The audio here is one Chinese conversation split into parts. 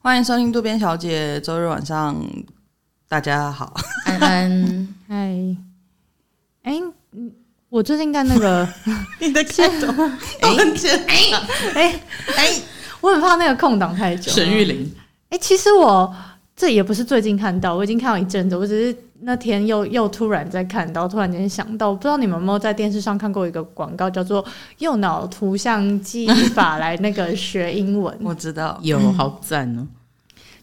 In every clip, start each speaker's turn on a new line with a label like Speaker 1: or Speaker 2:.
Speaker 1: 欢迎收听渡边小姐，周日晚上大家好。
Speaker 2: 安安，
Speaker 3: 嗨，哎、嗯我最近在那个，
Speaker 1: 你的开头， 哎哎
Speaker 3: 哎、
Speaker 1: 哎，
Speaker 3: 我很怕那个空档太久。
Speaker 1: 沈玉玲，
Speaker 3: 哎、其实我这也不是最近看到，我已经看了一阵子，我只是那天又又突然在看到，突然间想到，不知道你们有没有在电视上看过一个广告，叫做“右脑图像记忆法”来那个学英文，
Speaker 1: 我知道，
Speaker 2: 有好赞哦！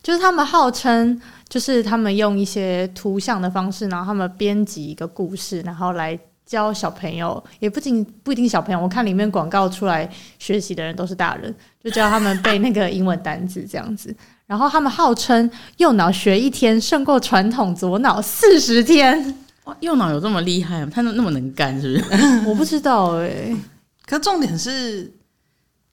Speaker 3: 就是他们号称就是他们用一些图像的方式，然后他们编辑一个故事，然后来。教小朋友也不仅不一定小朋友，我看里面广告出来学习的人都是大人，就教他们背那个英文单字这样子。然后他们号称右脑学一天胜过传统左脑四十 天，
Speaker 2: 哇，右脑有这么厉害吗？他那那么能干，是不是？
Speaker 3: 我不知道哎、
Speaker 1: 可重点是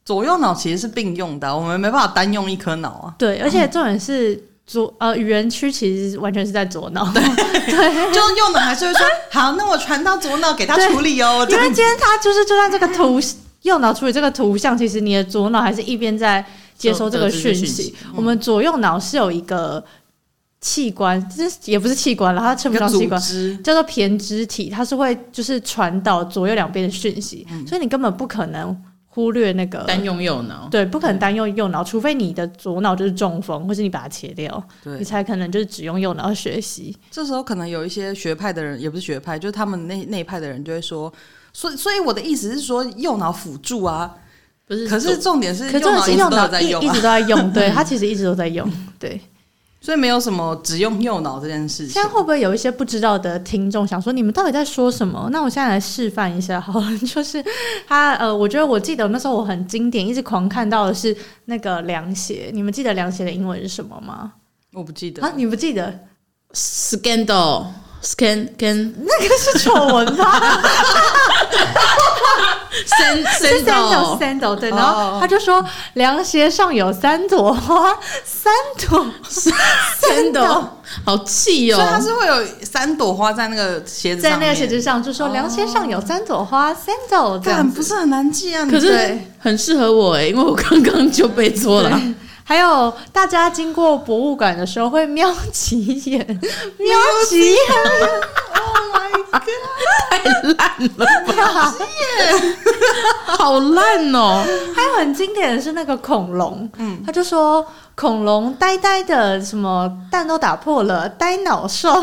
Speaker 1: 左右脑其实是并用的啊，我们没办法单用一颗脑啊。
Speaker 3: 对，而且重点是左呃语言区其实完全是在左脑，对，
Speaker 1: 就右脑还是会说好，那我传到左脑给他处理哦。这
Speaker 3: 因为
Speaker 1: 样
Speaker 3: 今天他就是就算这个图右脑处理这个图像，其实你的左脑还是一边在接收这个讯
Speaker 2: 接收这个讯
Speaker 3: 息。
Speaker 1: 嗯
Speaker 3: 我们左右脑是有一个器官，这也不是器官了，它称不
Speaker 1: 一个
Speaker 3: 上器
Speaker 1: 组
Speaker 3: 官，
Speaker 1: 织，
Speaker 3: 叫做胼胝体，它是会就是传导左右两边的讯息，
Speaker 1: 嗯
Speaker 3: 所以你根本不可能忽略那个。
Speaker 2: 单用右脑，
Speaker 3: 对，不可能单用右脑，除非你的左脑就是中风，或是你把它切掉，你
Speaker 1: 对，
Speaker 3: 才可能就是只用右脑学习。
Speaker 1: 这时候可能有一些学派的人，也不是学派，就是他们那那一派的人就会说，所以所以我的意思是说右脑辅助啊，
Speaker 2: 不是？
Speaker 1: 可是重点是
Speaker 3: 可
Speaker 1: 右
Speaker 3: 真的
Speaker 1: 脑
Speaker 3: 是
Speaker 1: 一直
Speaker 3: 右
Speaker 1: 都有
Speaker 3: 脑
Speaker 1: 在
Speaker 3: 一
Speaker 1: 用
Speaker 3: 一
Speaker 1: 啊
Speaker 3: 直，都在用，对，它其实一直都在用，对。
Speaker 1: 所以没有什么只用右脑这件事情
Speaker 3: 现在。会不会有一些不知道的听众想说，你们到底在说什么？那我现在来示范一下好了， 就是他呃，我觉得我记得那时候我很经典，一直狂看到的是那个凉鞋。你们记得凉鞋的英文是什么吗？
Speaker 1: 我不记得
Speaker 3: 啊，你不记得？
Speaker 2: scandal，scan 跟
Speaker 3: 那个是丑闻吧
Speaker 2: sand
Speaker 3: 是 sandal
Speaker 2: sandal
Speaker 3: sandal 对，
Speaker 1: 哦
Speaker 3: 然后他就说凉鞋上有三朵花，三 朵
Speaker 2: sandal，好气
Speaker 1: 所以它
Speaker 2: 哦！
Speaker 1: 是会有三朵花在那个鞋子
Speaker 3: 在
Speaker 1: 上面，
Speaker 3: 那个鞋子上就说
Speaker 1: 哦
Speaker 3: 凉鞋上有三朵花 sandal 这样
Speaker 1: 但
Speaker 3: 子
Speaker 1: 不。是很难记啊。你
Speaker 2: 可是
Speaker 3: 对
Speaker 2: 很适合我哎，因为我刚刚就被做了。
Speaker 3: 还有大家经过博物馆的时候会瞄几眼，瞄几眼，
Speaker 2: 好烂哦！
Speaker 3: 还有很经典的是那个恐龙，嗯，他就说恐龙呆呆的，什么蛋都打破了，呆脑兽，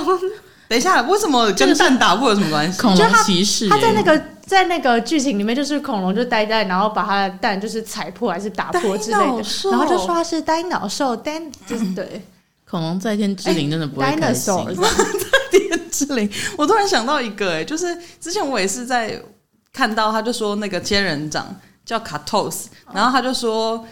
Speaker 1: 等一下，为什么跟蛋打破有什么关系？
Speaker 2: 恐
Speaker 3: 就
Speaker 2: 龙
Speaker 3: 他
Speaker 2: 骑士欸，
Speaker 3: 他在那个。在那个剧情里面，就是恐龙就呆呆，然后把它的蛋就是踩破还是打破之类
Speaker 1: 呆脑
Speaker 3: 的，
Speaker 1: 兽
Speaker 3: 然后就说它是呆脑兽，呆就是对
Speaker 2: 恐龙在天之灵真的不会开心。
Speaker 3: 哎，dinosaur，
Speaker 1: 电之灵，我突然想到一个、哎，就是之前我也是在看到，他就说那个仙人掌叫 Katos，然后他就说。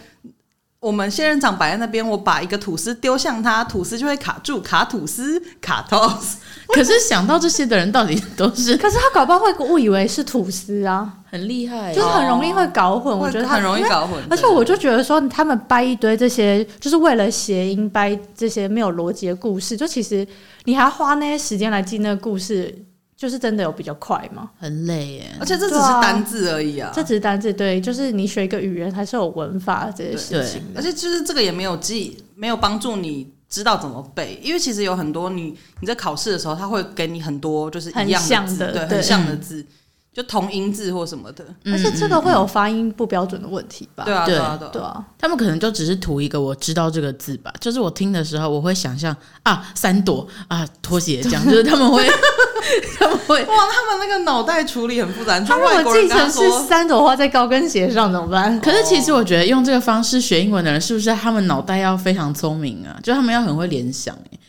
Speaker 1: 我们仙人掌摆在那边，我把一个吐司丢向它，吐司就会卡住，卡吐司，卡 tos。
Speaker 2: 可是想到这些的人，到底都是
Speaker 3: 可是他搞不好会误以为是吐司啊，
Speaker 2: 很厉害
Speaker 3: 就是很容易会搞混。我觉得
Speaker 1: 哎哦
Speaker 3: 他
Speaker 1: 很容易
Speaker 3: 因为
Speaker 1: 搞混。
Speaker 3: 而且我就觉得说，他们掰一堆这些，就是为了谐音掰这些没有逻辑的故事，就其实你还要花那些时间来记那个故事，就是真的有比较快吗？
Speaker 2: 很累耶。
Speaker 1: 而且这只
Speaker 3: 对
Speaker 1: 是
Speaker 3: 啊
Speaker 1: 单字而已啊，
Speaker 3: 这只是单字对，就是你学一个语言还是有文法这些事情。
Speaker 1: 而且就是这个也没有记，没有帮助你知道怎么背，因为其实有很多你你在考试的时候，他会给你很多就是一样
Speaker 3: 很
Speaker 1: 的
Speaker 3: 像
Speaker 1: 字，
Speaker 3: 的
Speaker 1: 对，
Speaker 3: 对
Speaker 1: 很像的字，就同音字或什么的，
Speaker 3: 而且这个会有发音不标准的问题吧？
Speaker 1: 嗯对啊，
Speaker 2: 对
Speaker 1: 对啊，对啊
Speaker 3: 对啊，
Speaker 2: 他们可能就只是图一个我知道这个字吧，就是我听的时候，我会想象啊三朵啊拖鞋这样，就是他 们会他们会
Speaker 1: 哇，他们那个脑袋处理很复杂，就
Speaker 3: 他
Speaker 1: 外国
Speaker 3: 如果
Speaker 1: 人
Speaker 3: 继
Speaker 1: 跟他
Speaker 3: 承是
Speaker 1: 说，
Speaker 3: 三朵花在高跟鞋上怎么办？
Speaker 2: 可是其实我觉得用这个方式学英文的人，是不是他们脑袋要非常聪明啊？就他们要很会联想、欸，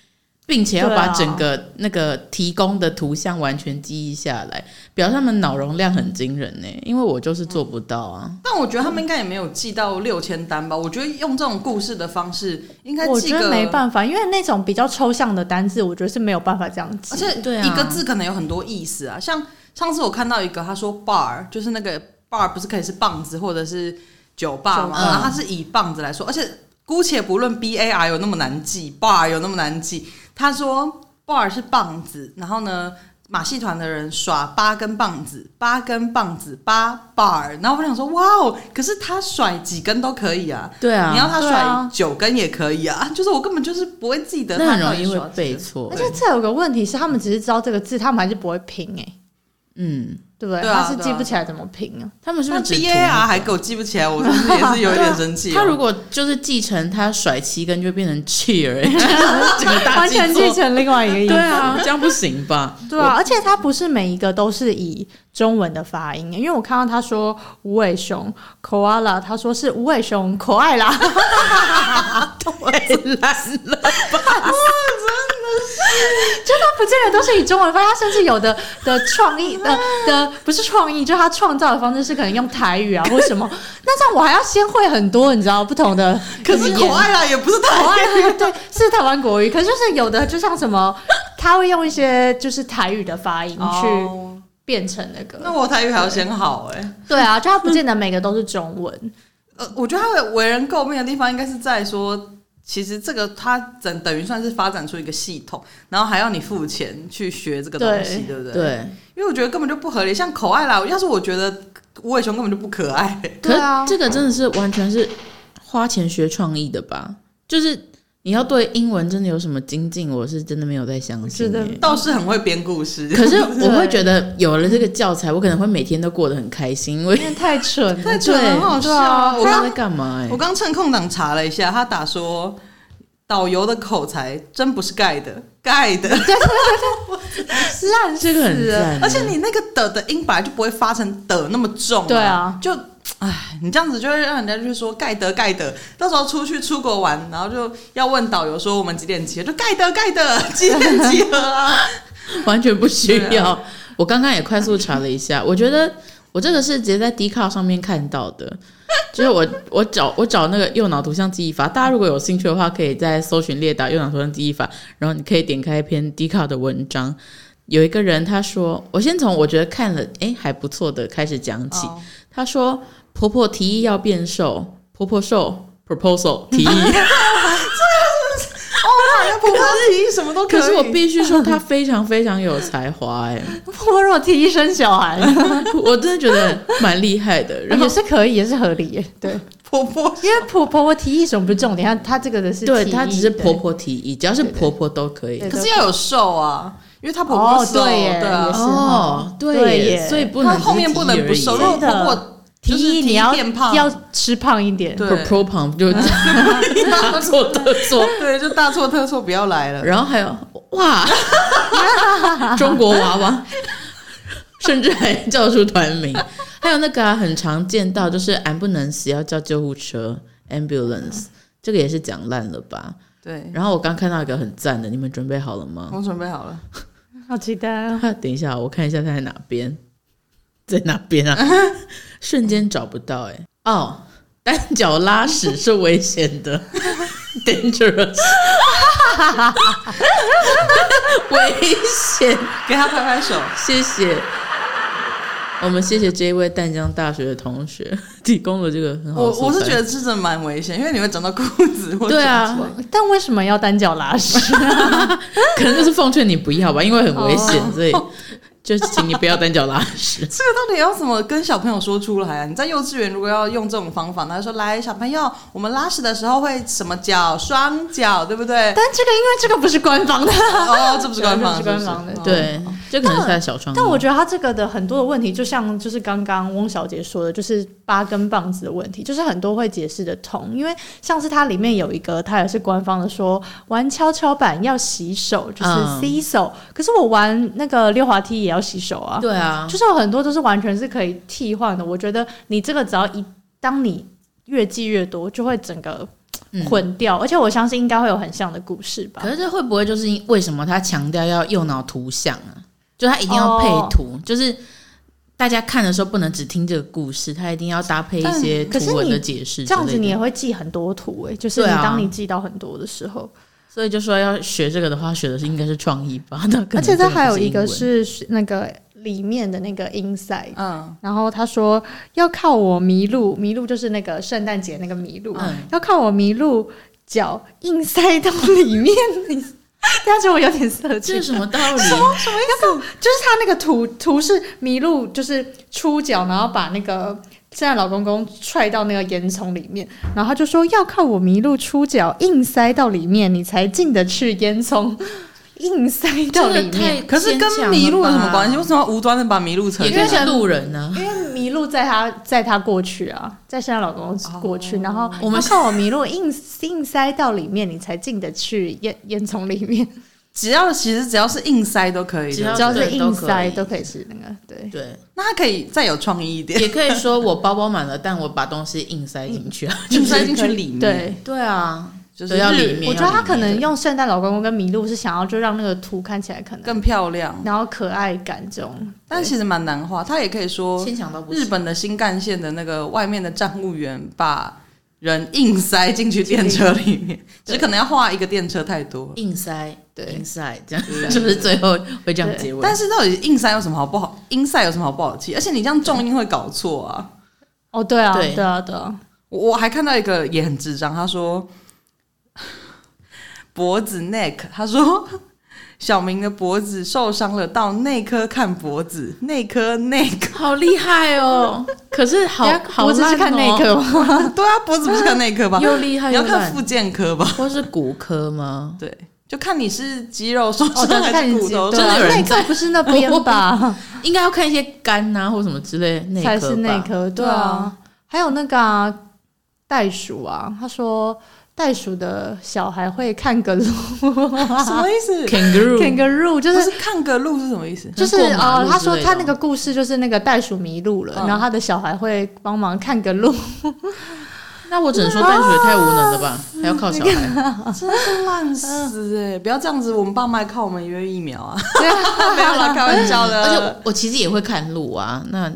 Speaker 2: 并且要
Speaker 3: 对
Speaker 2: 把
Speaker 3: 啊
Speaker 2: 整个那个提供的图像完全记忆下来，表示他们脑容量很惊人呢、欸因为我就是做不到啊。
Speaker 1: 但我觉得他们应该也没有记到六千单吧，我觉得用这种故事的方式应该
Speaker 3: 我
Speaker 1: 记
Speaker 3: 觉
Speaker 1: 个
Speaker 3: 得没办法，因为那种比较抽象的单字，我觉得是没有办法这样记
Speaker 1: 而
Speaker 3: 的。
Speaker 1: 且
Speaker 2: 对啊
Speaker 1: 一个字可能有很多意思啊。像上次我看到一个，他说 bar 就是那个 bar 不是可以是棒子或者是酒吧
Speaker 3: 酒
Speaker 1: 吗？
Speaker 3: 吧
Speaker 1: 然后他是以棒子来说，而且姑且不论 b a r 有那么难记，bar 有那么难记，他说 bar 是棒子，然后呢马戏团的人耍八根棒子，八根棒子八 bar，然后我想说哇哦，可是他甩几根都可以啊，
Speaker 2: 对
Speaker 1: 你要
Speaker 2: 啊，
Speaker 1: 他
Speaker 3: 对
Speaker 1: 甩
Speaker 3: 啊
Speaker 1: 九根也可以啊，就是我根本就是不会记得
Speaker 2: 那
Speaker 1: 他
Speaker 2: 很
Speaker 1: 到
Speaker 2: 容
Speaker 1: 底耍
Speaker 2: 易会
Speaker 1: 几根
Speaker 2: 背错欸
Speaker 3: 而。且这有个问题是，他们只是知道这个字，他们还是不会拼哎、
Speaker 2: 嗯，
Speaker 3: 对不对？
Speaker 1: 对啊
Speaker 3: 他是
Speaker 1: 对啊
Speaker 3: 记不起来怎么拼啊。
Speaker 2: 他们是不
Speaker 1: 那
Speaker 2: 是
Speaker 1: B
Speaker 2: 只
Speaker 1: A 啊还给我记不起来，我真是也是有一点生气哦、
Speaker 2: 啊他如果就是继承他甩七根，就变成 cheer，整 个大
Speaker 3: 完全
Speaker 2: 记
Speaker 3: 继
Speaker 2: 错
Speaker 3: 承另外一个意
Speaker 2: 对
Speaker 3: 思。
Speaker 2: 啊，这样不行吧？
Speaker 3: 对啊，而且它不是每一个都是以中文的发音，欸因为我看到他说无尾熊 koala，他说是无尾熊可爱啦，
Speaker 2: 太烂了。
Speaker 3: 就他不见得都是以中文发音，他甚至有的的创意的的不是创意，就是他创造的方式是可能用台语啊或什么，那这样我还要先会很多你知道不同的
Speaker 1: 可是
Speaker 3: 语
Speaker 1: 可
Speaker 3: 言
Speaker 1: 爱啊啦，也不是他
Speaker 3: 台湾哦对是台湾国语，可是就是有的就像什 么，他会用一些就是台语的发 音去
Speaker 1: 哦
Speaker 3: 变成那个。
Speaker 1: 那我台语还要先好哎、
Speaker 3: 对啊，就他不见得每个都是中文。
Speaker 1: 呃，我觉得他的为人诟病的地方应该是在说，其实这个他等等于算是发展出一个系统，然后还要你付钱去学这个东西，对
Speaker 3: 对
Speaker 1: 不对？，
Speaker 2: 对，
Speaker 1: 因为我觉得根本就不合理。像可爱啦，要是我觉得无尾熊根本就不可爱、
Speaker 2: 可
Speaker 3: 对
Speaker 2: 是
Speaker 3: 啊，
Speaker 2: 这个真的是完全是花钱学创意的吧？就是你要对英文真的有什么精进，我是真的没有在相信
Speaker 3: 是的
Speaker 2: 耶、
Speaker 1: 倒是很会编故事。
Speaker 2: 可是我会觉得有了这个教材，我可能会每天都过得很开心。因为
Speaker 3: 因为太蠢了
Speaker 1: 太。蠢了，
Speaker 2: 对
Speaker 1: 很好笑
Speaker 3: 对啊
Speaker 1: 我
Speaker 2: 不知道
Speaker 1: 刚
Speaker 2: 在干嘛、欸？
Speaker 1: 我刚趁空档查了一下，他打说导游的口才真不是盖的，盖的。
Speaker 3: 烂
Speaker 1: 啊
Speaker 2: 这个很
Speaker 3: 死了。
Speaker 2: 赞，
Speaker 1: 而且你那个的的音本来就不会发成的那么重、
Speaker 3: 对，啊，
Speaker 1: 就唉，你这样子就会让人家就说盖德盖德，到时候出去出国玩，然后就要问导游说我们几点集合，就盖德盖德几点集合啊？
Speaker 2: 完全不需
Speaker 1: 对啊
Speaker 2: 要。我刚刚也快速查了一下， 我觉得我这个是直接在 d 卡上面看到的，就是我 我找我找那个右脑图像记忆法，大家如果有兴趣的话，可以在搜寻列打右脑图像记忆法，然后你可以点开一篇 d 卡的文章。有一个人他说，我先从我觉得看了诶还不错的开始讲起。
Speaker 1: 哦
Speaker 2: 他说婆婆提议要变瘦，婆婆瘦 proposal 提议。
Speaker 1: 哎呀，不怕提什么都
Speaker 2: 可
Speaker 1: 以。
Speaker 2: 是我必须 说，他非常非常有才华哎、
Speaker 3: 我如果提一生小 孩，
Speaker 2: 我真的觉得蛮厉 害的。然后
Speaker 3: 也是可以，也是合理耶。对，
Speaker 1: 婆婆
Speaker 3: 因为婆婆婆提议什么不是重点，她她这个的是
Speaker 2: 对
Speaker 3: 提议
Speaker 2: 她只是婆
Speaker 3: 对
Speaker 2: 婆提议，只要是婆婆都可以
Speaker 3: 对。
Speaker 1: 可是要有瘦啊，因为她婆婆瘦，
Speaker 3: 哦对耶
Speaker 1: 啊
Speaker 3: 也是，
Speaker 2: 哦，
Speaker 3: 对
Speaker 2: 对耶，
Speaker 3: 耶
Speaker 2: 所以不
Speaker 1: 她
Speaker 2: 能
Speaker 1: 后面不能不瘦，
Speaker 3: 而已
Speaker 1: 如果
Speaker 3: 肉
Speaker 1: 婆婆
Speaker 3: 提
Speaker 1: 就是
Speaker 3: 议
Speaker 1: 提
Speaker 3: 你要
Speaker 1: 变胖
Speaker 3: 要吃胖一点。
Speaker 1: 对
Speaker 2: pro pump 就
Speaker 3: 嗯
Speaker 2: 大错特错。
Speaker 1: 对就大错特错，不要来 了。
Speaker 2: 然后还有哇， 中国娃娃，甚至还叫出团名。还有那个啊、很常见到，就是俺不能死，要叫救护车 ambulance，这个也是讲烂了吧？
Speaker 1: 对，
Speaker 2: 然后我刚看到一个很赞的，你们准备好了吗？
Speaker 1: 我准备好了，
Speaker 3: 好期待哦！
Speaker 2: 啊，等一下，我看一下它在哪边， 在哪边啊？ 瞬间找不到哎、哦，单脚拉屎是危险的 ，dangerous，危险。
Speaker 1: 给她拍拍手。
Speaker 2: 谢谢，我们谢谢这一位淡江大学的同学提供了这个很好
Speaker 1: 我
Speaker 2: 的素材。
Speaker 1: 我是觉得这真的蛮危险，因为你会长到裤子或
Speaker 2: 对啊
Speaker 1: 长出来
Speaker 3: 但为什么要单脚拉屎？
Speaker 2: 可能就是奉劝你不要吧，因为很危险，
Speaker 1: 哦
Speaker 2: 所以就请你不要单脚拉屎。
Speaker 1: 这个到底要怎么跟小朋友说出来啊？你在幼稚园如果要用这种方法，他说：“来，小朋友，我们拉屎的时候会什么脚？双脚，对不 对
Speaker 3: 但这个因为这个不是官方的，？”
Speaker 1: 哦，这不是官方，
Speaker 3: 这不是官方的
Speaker 1: 是不哦是，
Speaker 2: 对，这可能是他的小创意。
Speaker 3: 哦但我觉得他这个的很多的问题，就像就是刚刚翁小姐说的，就是八根棒子的问题，就是很多会解释的通。因为像是它里面有一个，它也是官方的说玩跷跷板要洗手，就是
Speaker 2: 嗯
Speaker 3: 洗手。可是我玩那个溜滑梯也要洗手啊，
Speaker 2: 对啊，
Speaker 3: 就是有很多都是完全是可以替换的。我觉得你这个只要一当你越记越多，就会整个
Speaker 2: 嗯
Speaker 3: 混掉。而且我相信应该会有很像的故事吧
Speaker 2: 可。是这会不会就是因为什么他强调要右脑图像啊？就他一定要配图，就是大家看的时候不能只听这个故事，他一定要搭配一些
Speaker 3: 但可是
Speaker 2: 图文
Speaker 3: 你
Speaker 2: 的解释之
Speaker 3: 这样子
Speaker 2: 类
Speaker 3: 你
Speaker 2: 的
Speaker 3: 也会记很多图诶、就是你
Speaker 2: 对啊
Speaker 3: 当你记到很多的时候，
Speaker 2: 所以就说要学这个的话，学的是应该是创意吧？那可能
Speaker 3: 而且
Speaker 2: 真的
Speaker 3: 它
Speaker 2: 不
Speaker 3: 还有一
Speaker 2: 英文
Speaker 3: 个是那个里面的那个 inside，、
Speaker 1: 嗯，
Speaker 3: 然后他说要靠我迷路，迷路就是那个圣诞节那个迷路，
Speaker 2: 嗯
Speaker 3: 要靠我迷路，脚硬塞到里面，你 大家觉得我有点色
Speaker 2: 这
Speaker 3: 情
Speaker 2: 是。什么道 理？
Speaker 3: 什么意思？就是他那个图图是麋鹿，就是出脚，然后把那个现在老公公踹到那个岩丛里面，然后他就说要靠我麋鹿出脚硬塞到里面，你才进得去烟囱，硬塞到
Speaker 2: 真
Speaker 3: 里
Speaker 2: 的
Speaker 3: 面。
Speaker 2: 太
Speaker 1: 可是跟
Speaker 2: 牵强了
Speaker 1: 麋鹿有什么关系？
Speaker 2: 吧
Speaker 1: 为什么要无端的把麋鹿扯
Speaker 2: 也
Speaker 1: 进
Speaker 2: 可以
Speaker 1: 来？
Speaker 2: 是路人啊呢、
Speaker 3: 因为麋鹿载他载他过去啊，载现在老公过
Speaker 1: 哦
Speaker 3: 去，然后
Speaker 2: 我们
Speaker 3: 要靠我麋鹿硬硬塞到里面，你才进得去烟烟囱里面，
Speaker 1: 只要其实只要是硬塞都可以
Speaker 2: 只要
Speaker 1: 的。
Speaker 3: 只要是
Speaker 2: 对都
Speaker 3: 硬
Speaker 2: 可
Speaker 3: 塞
Speaker 2: 以
Speaker 3: 都可以是那个对。
Speaker 2: 对，
Speaker 1: 那它可以再有创意一 点，
Speaker 2: 也可以说我包包满了，但我把东西硬塞进去 啊。
Speaker 1: 硬塞进去里面。
Speaker 3: 对，，
Speaker 2: 对啊，
Speaker 1: 就是
Speaker 2: 都要
Speaker 1: 日
Speaker 2: 里面
Speaker 3: 我觉得他可能
Speaker 2: 对
Speaker 3: 用圣诞老公公跟麋鹿是想要就让那个图看起来可能，
Speaker 1: 更漂亮。
Speaker 3: 然后可爱感这种。
Speaker 1: 但其实蛮难画，它也可以说
Speaker 2: 牵强到不
Speaker 1: 日
Speaker 2: 行。
Speaker 1: 本的新干线的那个外面的站务员把人硬塞进去电车里 面，只可能要画一个电车太多。
Speaker 2: 硬塞，
Speaker 3: 对
Speaker 1: 嗯
Speaker 2: 硬塞，这样
Speaker 1: 对
Speaker 2: 就是最后会这样结尾。
Speaker 1: 但是到底硬塞有什么好不好？硬塞有什么好不好记？而且你这样重音会搞错啊！
Speaker 3: 哦，对啊，
Speaker 2: 对
Speaker 3: 对啊，对啊，
Speaker 1: 我我还看到一个也很智障，他说脖子 neck，他说小明的脖子受伤了，到内科看脖子，内科 neck，
Speaker 2: 好厉害哦！可是好
Speaker 3: 等一下
Speaker 2: 好
Speaker 3: 我只
Speaker 2: 烂
Speaker 3: 是
Speaker 2: 哦
Speaker 3: 看那一，刻 吗？
Speaker 1: 对啊，脖子不是看内科吧？
Speaker 2: 又厉害
Speaker 1: 你
Speaker 2: 又
Speaker 1: 要看
Speaker 2: 烂
Speaker 1: 附，健科吧？
Speaker 2: 或是骨科吗？
Speaker 1: 对，就看你是肌肉受
Speaker 3: 哦，
Speaker 1: 伤
Speaker 3: 对，
Speaker 1: 还
Speaker 3: 看
Speaker 1: 是
Speaker 3: 你
Speaker 1: 骨头
Speaker 3: 对
Speaker 1: 受
Speaker 2: 真
Speaker 1: 伤。
Speaker 2: 的有
Speaker 3: 啊，
Speaker 2: 人
Speaker 3: 内科不是那边 吧？
Speaker 2: 应该要看一些肝呐或什么之类，内
Speaker 3: 才
Speaker 2: 科
Speaker 3: 是内
Speaker 2: 吧
Speaker 3: 科，
Speaker 1: 对
Speaker 3: 对啊
Speaker 1: 啊。
Speaker 3: 还有那个啊袋鼠啊，他说袋鼠的小孩会看个路，
Speaker 1: 什么意思？
Speaker 3: 看
Speaker 2: kangaroo
Speaker 3: 个路就
Speaker 1: 不是
Speaker 3: 是
Speaker 1: 看个路是什么意思？
Speaker 3: 就是
Speaker 2: 过马
Speaker 3: 呃，
Speaker 2: 路
Speaker 3: 他
Speaker 2: 之
Speaker 3: 说
Speaker 2: 类
Speaker 3: 他
Speaker 2: 的
Speaker 3: 那个故事就是那个袋鼠迷路了，
Speaker 1: 嗯
Speaker 3: 然后他的小孩会帮忙看个 路，
Speaker 2: 那我只能说袋鼠也太无能了吧，还要靠小孩。
Speaker 1: 真是烂死哎、不要这样子，我们爸妈还靠我们约疫苗啊！ 没有啦，开玩笑 的。啊
Speaker 2: 而且我我其实也会看路啊，那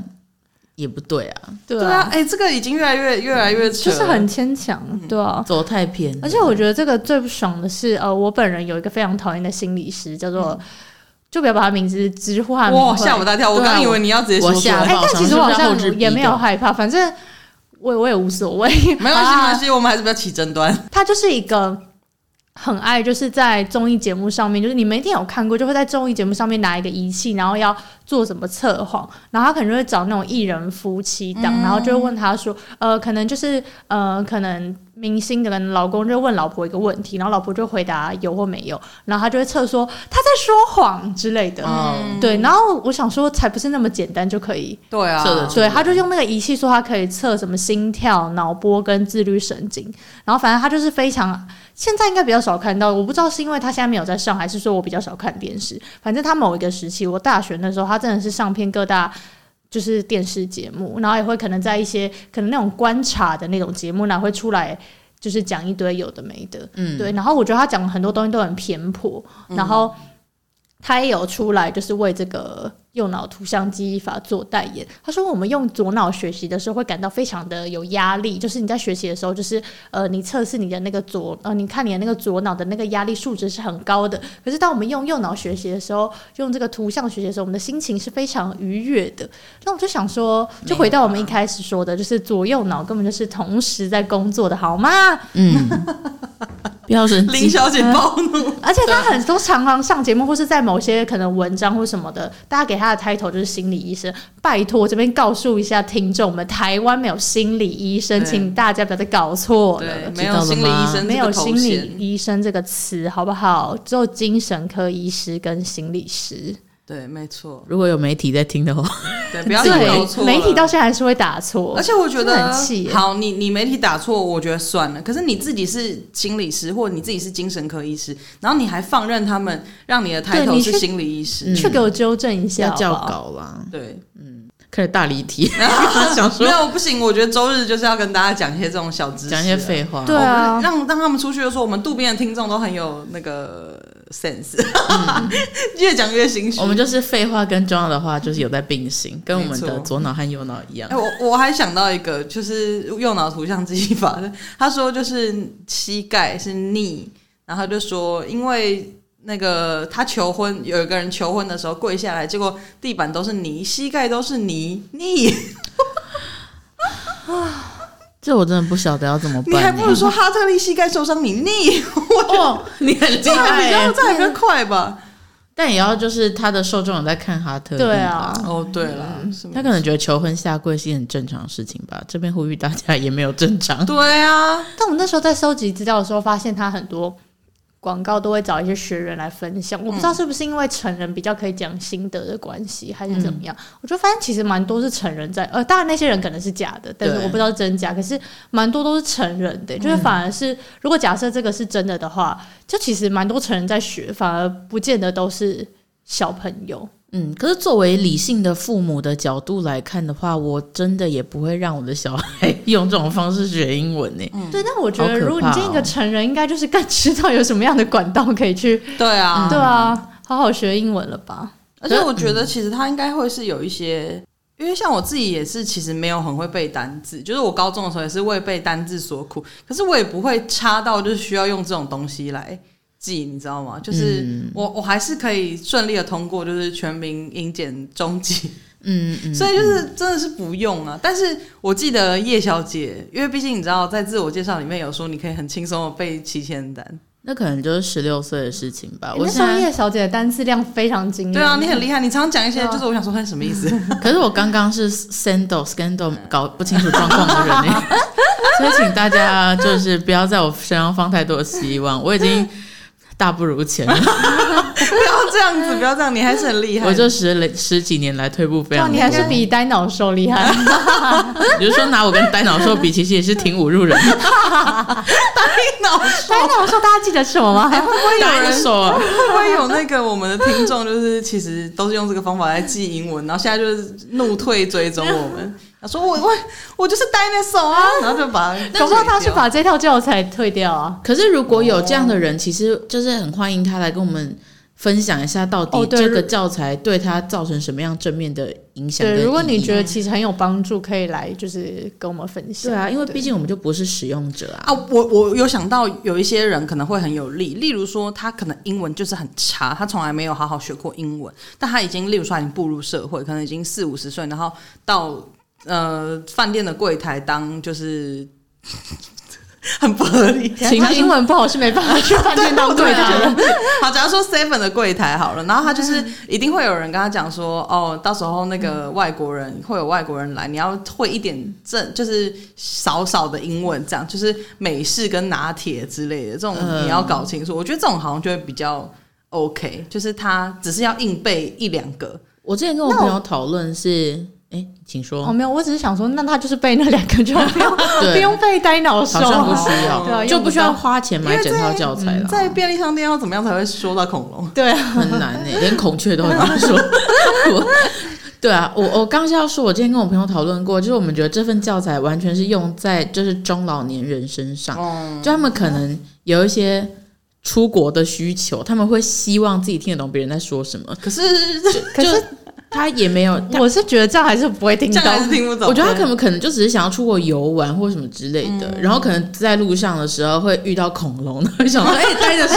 Speaker 2: 也不对啊，
Speaker 3: 对
Speaker 1: 对啊，，哎、这个已经越来越越来越扯了，
Speaker 3: 就是很牵强，对啊。
Speaker 2: 走太偏了。
Speaker 3: 而且我觉得这个最不爽的是，呃，我本人有一个非常讨厌的心理师，叫做、就不要把他名字直呼他的名
Speaker 1: 哇
Speaker 3: 讳
Speaker 1: 吓我大跳！我
Speaker 2: 对啊
Speaker 1: 刚以为你要直接说
Speaker 2: 我
Speaker 1: 出
Speaker 2: 吓
Speaker 1: 来，
Speaker 3: 哎、
Speaker 2: 到
Speaker 3: 但其实我好
Speaker 2: 想说是不是要后置
Speaker 3: 像也
Speaker 2: 逼
Speaker 3: 没有
Speaker 2: 掉
Speaker 3: 害怕，反正我我也无所谓，
Speaker 1: 没关系，
Speaker 3: 好
Speaker 1: 没
Speaker 3: 啦
Speaker 1: 关系，我们还是不要起争端。
Speaker 3: 他就是一个很爱就是在综艺节目上面，就是你们一定有看过，就会在综艺节目上面拿一个仪器，然后要做什么测谎，然后他可能就会找那种艺人夫妻档，然后就会问他说，呃，可能就是呃，可能明星的老公就问老婆一个问题，然后老婆就回答有或没有，然后他就会测说他在说谎之类的。
Speaker 1: 嗯
Speaker 2: 哦，
Speaker 3: 对，然后我想说，才不是那么简单就可以
Speaker 1: 对啊，
Speaker 2: 射得出
Speaker 3: 对，他就用那个仪器说他可以测什么心跳、脑波跟自律神经，然后反正他就是非常，现在应该比较少看到，我不知道是因为他现在没有在上，还是说我比较少看电视。反正他某一个时期，我大学那时候，他真的是上遍各大。就是电视节目，然后也会可能在一些可能那种观察的那种节目，然后会出来就是讲一堆有的没的，
Speaker 2: 嗯，
Speaker 3: 对。然后我觉得他讲的很多东西都很偏颇，然后他也有出来就是为这个右脑图像记忆法做代言。他说我们用左脑学习的时候会感到非常的有压力，就是你在学习的时候，就是呃，你测试你的那个左呃，你看你的那个左脑的那个压力数值是很高的。可是当我们用右脑学习的时候，用这个图像学习的时候，我们的心情是非常愉悦的。那我就想说，就回到我们一开始说的，就是左右脑根本就是同时在工作的，好吗？
Speaker 2: 嗯，不要生
Speaker 1: 林
Speaker 2: 气。
Speaker 1: 小姐暴 怒，
Speaker 3: 而且他很多常常上节目，或是在某些可能文章或什么的，大家给他的 title 就是心理医生。拜托，这边告诉一下听众们，台湾没有心理医生，
Speaker 1: 对
Speaker 3: 请大家不要再搞错
Speaker 1: 嗯对，
Speaker 3: 了。
Speaker 1: 没有心理医生
Speaker 3: 没
Speaker 1: 这
Speaker 3: 有
Speaker 1: 个头
Speaker 3: 心理
Speaker 1: 衔，
Speaker 3: 医生这个词，好不好？只有精神科医师跟心理师。
Speaker 1: 对，没错，
Speaker 2: 如果有媒体在听的话，
Speaker 1: 对，不要搞错
Speaker 3: 对，
Speaker 1: 了
Speaker 3: 媒体到现在还是会打错
Speaker 1: 而。且我觉
Speaker 3: 哦真的
Speaker 1: 得
Speaker 3: 很气耶
Speaker 1: 好，你你媒体打错，我觉得算了。可是你自己是心理师，或者你自己是精神科医师，然后你还放任他们让你的
Speaker 3: 对
Speaker 1: title
Speaker 3: 你
Speaker 1: 是
Speaker 3: 去
Speaker 1: 心理医师，
Speaker 2: 嗯
Speaker 3: 去给我纠正一下
Speaker 2: 要
Speaker 3: 好不
Speaker 2: 教
Speaker 3: 好，
Speaker 2: 稿啦，
Speaker 1: 对，
Speaker 2: 开始大离题，想
Speaker 1: 没
Speaker 2: 说
Speaker 1: 有不行。我觉得周日就是要跟大家讲一些这种小知识啊、
Speaker 2: 讲一些废话。
Speaker 3: 对啊
Speaker 1: 我们让让他们出去的时候，我们渡边的听众都很有那个 sense，、越
Speaker 3: 嗯
Speaker 1: 讲越心虚。
Speaker 2: 我们就是废话跟重要的话就是有在并行，跟我们
Speaker 1: 没
Speaker 2: 的
Speaker 1: 错
Speaker 2: 左脑和右脑一样
Speaker 1: 哎、。我我还想到一个，就是右脑图像记忆法 的，他说就是膝盖是 knee，然后他就说因为那个他求婚，有一个人求婚的时候跪下来，结果地板都是泥，膝盖都是泥，knee，
Speaker 2: 这我真的不晓得要怎么办
Speaker 1: 你
Speaker 2: 呢。
Speaker 1: 还不如说哈特利膝盖受伤，你腻，我觉得
Speaker 2: 哦，你很厉
Speaker 1: 这还比
Speaker 2: 害
Speaker 1: 较
Speaker 2: 耶，
Speaker 1: 这还比较快吧？
Speaker 2: 但也要就是他的受众有在看哈特利吧
Speaker 3: 对啊，
Speaker 1: 哦，对了，是吗
Speaker 2: 他可能觉得求婚下跪是一件很正常的事情吧。这边呼吁大家也没有正常，
Speaker 1: 对啊，
Speaker 3: 但我那时候在收集资料的时候，发现他很多广告都会找一些学员来分享。我不知道是不是因为成人比较可以讲心得的关系，还是怎么样。我就发现其实蛮多是成人在，呃，当然那些人可能是假的，但是
Speaker 2: 对
Speaker 3: 我不知道真假。可是蛮多都是成人的，就是反而是、如果假设这个是真的的话，就其实蛮多成人在学，反而不见得都是小朋友。
Speaker 2: 嗯，可是作为理性的父母的角度来看的话，我真的也不会让我的小孩 用这种方式学英文呢、
Speaker 1: 嗯
Speaker 2: 嗯
Speaker 3: 对，但我觉
Speaker 2: 好可
Speaker 3: 得如果你
Speaker 2: 怕
Speaker 3: 见一个
Speaker 2: 哦
Speaker 3: 成人，应该就是更知道有什么样的管道可以去，
Speaker 1: 对
Speaker 2: 嗯
Speaker 1: 啊，
Speaker 3: 对啊，好好学英文了吧。
Speaker 1: 而且我觉得其实他应该会是有一些，因为像我自己也是，其实没有很会背单字，就是我高中的时候也是为背单字所苦，可是我也不会差到就是需要用这种东西来记，你知道吗？就是
Speaker 2: 嗯
Speaker 1: 我、我还是可以顺利的通过，就是全民英检中级，
Speaker 2: 嗯嗯，
Speaker 1: 所以就是真的是不用啊。但是我记得叶小姐，因为毕竟你知道，在自我介绍里面有说你可以很轻松的背七千单，
Speaker 2: 那可能就是十六岁的事情吧。
Speaker 3: 欸
Speaker 2: 我
Speaker 3: 那
Speaker 2: 现
Speaker 3: 时候
Speaker 2: 在，
Speaker 3: 叶小姐的单词量非常惊人。
Speaker 1: 对啊，
Speaker 2: 嗯
Speaker 1: 你很厉害，你常常讲一些
Speaker 3: 对啊
Speaker 1: 就是我想说那是什么意思？
Speaker 2: 可是我刚刚是 scandal scandal 搞不清楚状况的人呢、 所以请大家就是不要在我身上放太多希望，我已经大不如前 了，
Speaker 1: 不要这样子，不要这样，你还是很厉害的。
Speaker 2: 我这十来十几年来退步非
Speaker 3: 对啊，
Speaker 2: 常多。
Speaker 3: 你还是比呆脑兽厉害。
Speaker 2: 比如说拿我跟呆脑兽比，其实也是挺侮辱人 的。
Speaker 1: 脑
Speaker 3: 呆脑兽大家记得 什么吗？
Speaker 1: 哎会不会有
Speaker 2: 呆
Speaker 1: 人
Speaker 2: 手
Speaker 3: 哦
Speaker 2: 啊，
Speaker 1: 会 不会有那个我们的听众，就是其实都是用这个方法来记英文，然后现在就是怒退追踪我们， 他说我我我就是 dinosaur 啊， 然后就把
Speaker 3: 搞不好他是
Speaker 1: 啊
Speaker 3: 把这套教材退掉啊。
Speaker 2: 可是如果有这样的人，其实就是很欢迎他来跟我们分享一下，到底
Speaker 3: 哦对
Speaker 2: 这个教材对他造成什么样正面的影响跟意义。
Speaker 3: 对，如果你觉得啊其实很有帮助，可以来就是跟我们分享。
Speaker 2: 对啊，因为毕竟我们就不是使用者啊。
Speaker 1: 啊，我我有想到有一些人可能会很有利，例如说他可能英文就是很差，他从来没有好好学过英文，但他已经，例如说他已经步入社会，可能已经四五十岁，然后到呃饭店的柜台当就是 很不合理，
Speaker 3: 等一下他英文不好是没办法去饭店当 柜台的。
Speaker 1: 好，假如说 Seven 的柜台好了，然后他就是
Speaker 3: 嗯
Speaker 1: 一定会有人跟他讲说，哦，到时候那个外国人
Speaker 3: 嗯
Speaker 1: 会有外国人来，你要会一点正，就是少少的英文，这样就是美式跟拿铁之类的这种
Speaker 2: 嗯
Speaker 1: 你要搞清楚。我觉得这种好像就会比较 OK，就是他只是要硬背一两个，
Speaker 2: 我之前跟我朋友讨论是，哎，请
Speaker 3: 哦，
Speaker 2: 说，
Speaker 3: 没有，我只是想说，那他就是背那两个就好不 用
Speaker 2: 对
Speaker 3: 不用背呆脑兽
Speaker 2: 好
Speaker 3: 啊，
Speaker 2: 像不需
Speaker 3: 对啊
Speaker 2: 要，
Speaker 3: 用
Speaker 2: 就不需
Speaker 3: 到
Speaker 2: 要花钱买整套教材
Speaker 3: 啊
Speaker 2: 了，
Speaker 1: 在便利商店要怎么样才会说到恐龙？
Speaker 3: 对啊，
Speaker 2: 很难呢、连孔雀都很难说。 我对啊，我我刚是要说，我今天跟我朋友讨论过，就是我们觉得这份教材完全是用在就是中老年人身上，
Speaker 3: 哦
Speaker 2: 就他们可能有一些出国的需求，他们会希望自己听得懂别人在说什么，
Speaker 1: 可是 这
Speaker 3: 可是
Speaker 2: 就他也没有。他
Speaker 3: 我是觉得这样还是不会听
Speaker 1: 样还
Speaker 3: 懂
Speaker 1: 是。听不懂。
Speaker 2: 我觉得他可能可能就只是想要出国游玩或什么之类的，然后可能在路上的时候会遇到恐龙，会想说：“哎、待着手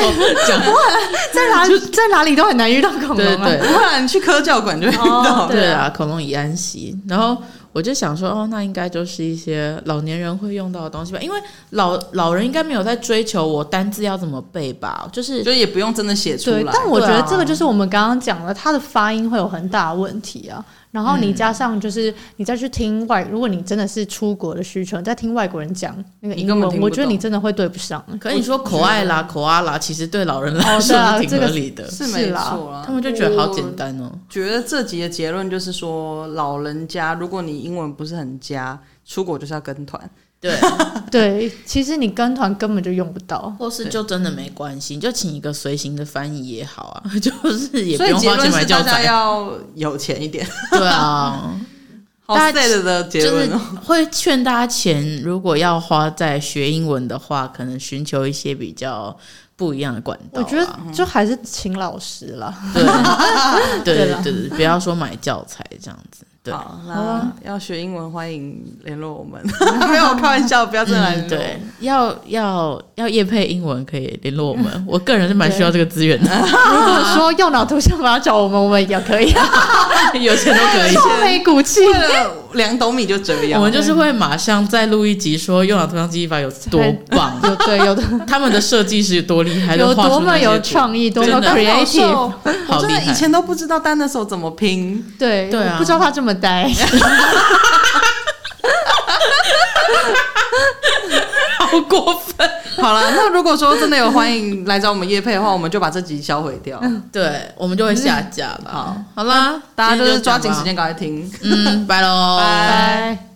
Speaker 2: 讲。
Speaker 3: 在 哪在哪里都很难遇到恐”
Speaker 2: 对
Speaker 3: 龙啊
Speaker 2: 对，
Speaker 1: 不然你去科教馆就会遇到
Speaker 3: 哦。
Speaker 2: 对
Speaker 3: 对
Speaker 2: 啊，
Speaker 3: 啊
Speaker 2: 恐龙已安息。然后我就想说，哦，那应该就是一些老年人会用到的东西吧，因为老老人应该没有在追求我单字要怎么背吧，就是
Speaker 1: 就也不用真的写出
Speaker 3: 对，
Speaker 1: 来，
Speaker 3: 但我觉
Speaker 2: 对
Speaker 3: 得
Speaker 2: 啊
Speaker 3: 这个就是我们刚刚讲的，它的发音会有很大的问题啊。然后
Speaker 2: 嗯
Speaker 3: 你加上就是你再去听外，如果你真的是出国的需求，你再听外国人讲那个
Speaker 1: 你
Speaker 3: 英
Speaker 1: 根本
Speaker 3: 文，
Speaker 1: 听不
Speaker 3: 我觉得
Speaker 1: 懂
Speaker 3: 你真的会对不上。
Speaker 2: 可你说口爱啦、口啊啦，其实对老人来
Speaker 3: 哦
Speaker 2: 说
Speaker 3: 对啊
Speaker 2: 是挺
Speaker 3: 这个
Speaker 2: 合理的，
Speaker 1: 是没
Speaker 3: 是
Speaker 1: 错
Speaker 3: 啦
Speaker 1: 啊。
Speaker 2: 他们就觉得好
Speaker 1: 我
Speaker 2: 简单哦。
Speaker 1: 觉得这集的结论就是说，老人家如果你英文不是很佳，出国就是要跟团。
Speaker 2: 对，
Speaker 3: 对，其实你跟团根本就用不到。
Speaker 2: 或是就真的没关系，你就请一个随行的翻译也好啊， 就是也不
Speaker 1: 所以
Speaker 2: 用
Speaker 1: 结
Speaker 2: 花
Speaker 1: 论
Speaker 2: 钱买
Speaker 1: 是
Speaker 2: 教
Speaker 1: 大家
Speaker 2: 材。
Speaker 1: 要有钱一 点。
Speaker 2: 对啊，
Speaker 1: 好
Speaker 2: 大
Speaker 1: sad 的结
Speaker 2: 就是
Speaker 1: 论哦。
Speaker 2: 会劝大家钱，如果要花在学英文的话，可能寻求一些比较不一样的管道啊、
Speaker 3: 我觉得就还是请老师啦。 对
Speaker 2: 对对对
Speaker 3: 啦
Speaker 2: 对对，不要说买教材这样子。对，
Speaker 1: 好，
Speaker 3: 好
Speaker 1: 那
Speaker 3: 啊
Speaker 1: 要学英文欢迎联络我们。 没有，我开玩笑，不要真的来联
Speaker 2: 嗯，
Speaker 1: 络我
Speaker 2: 对
Speaker 1: 们。，
Speaker 2: 要要要业配英文可以联络我们，我个人是蛮需要这个资源的，
Speaker 3: 如果说右脑图像法找我们，我们也可以啊，
Speaker 2: 有钱都可以。
Speaker 3: 愁眉苦气。
Speaker 1: 为了两斗米就这样。
Speaker 2: 我们就是会马上再录一集，说用脑图像记忆法有多棒，
Speaker 3: 有对 有的
Speaker 2: 他们的设计师有多厉害，
Speaker 3: 有
Speaker 2: 都画出
Speaker 3: 多么
Speaker 2: 那些
Speaker 3: 有
Speaker 2: 图
Speaker 3: 创意，多
Speaker 2: 真
Speaker 3: 么
Speaker 2: 的
Speaker 1: 当老兽
Speaker 3: creative，
Speaker 1: 哦我真
Speaker 2: 好厉
Speaker 1: 的
Speaker 2: 害
Speaker 1: 以前都不知道单的手怎么拼，
Speaker 3: 对
Speaker 2: 对啊
Speaker 3: 我不知道他这么 呆，
Speaker 2: 好过分。
Speaker 1: 好 了，那如果说真的有欢迎来找我们叶配的话，我们就把这集销毁掉。
Speaker 2: 嗯对，我们就会下架了。
Speaker 1: 好，
Speaker 2: 好啦，
Speaker 1: 大家
Speaker 2: 今
Speaker 1: 就
Speaker 2: 天
Speaker 1: 是抓
Speaker 2: 这
Speaker 1: 紧
Speaker 2: 样
Speaker 1: 时间赶快听。
Speaker 2: 吧，嗯，拜喽，
Speaker 1: 拜
Speaker 3: 拜。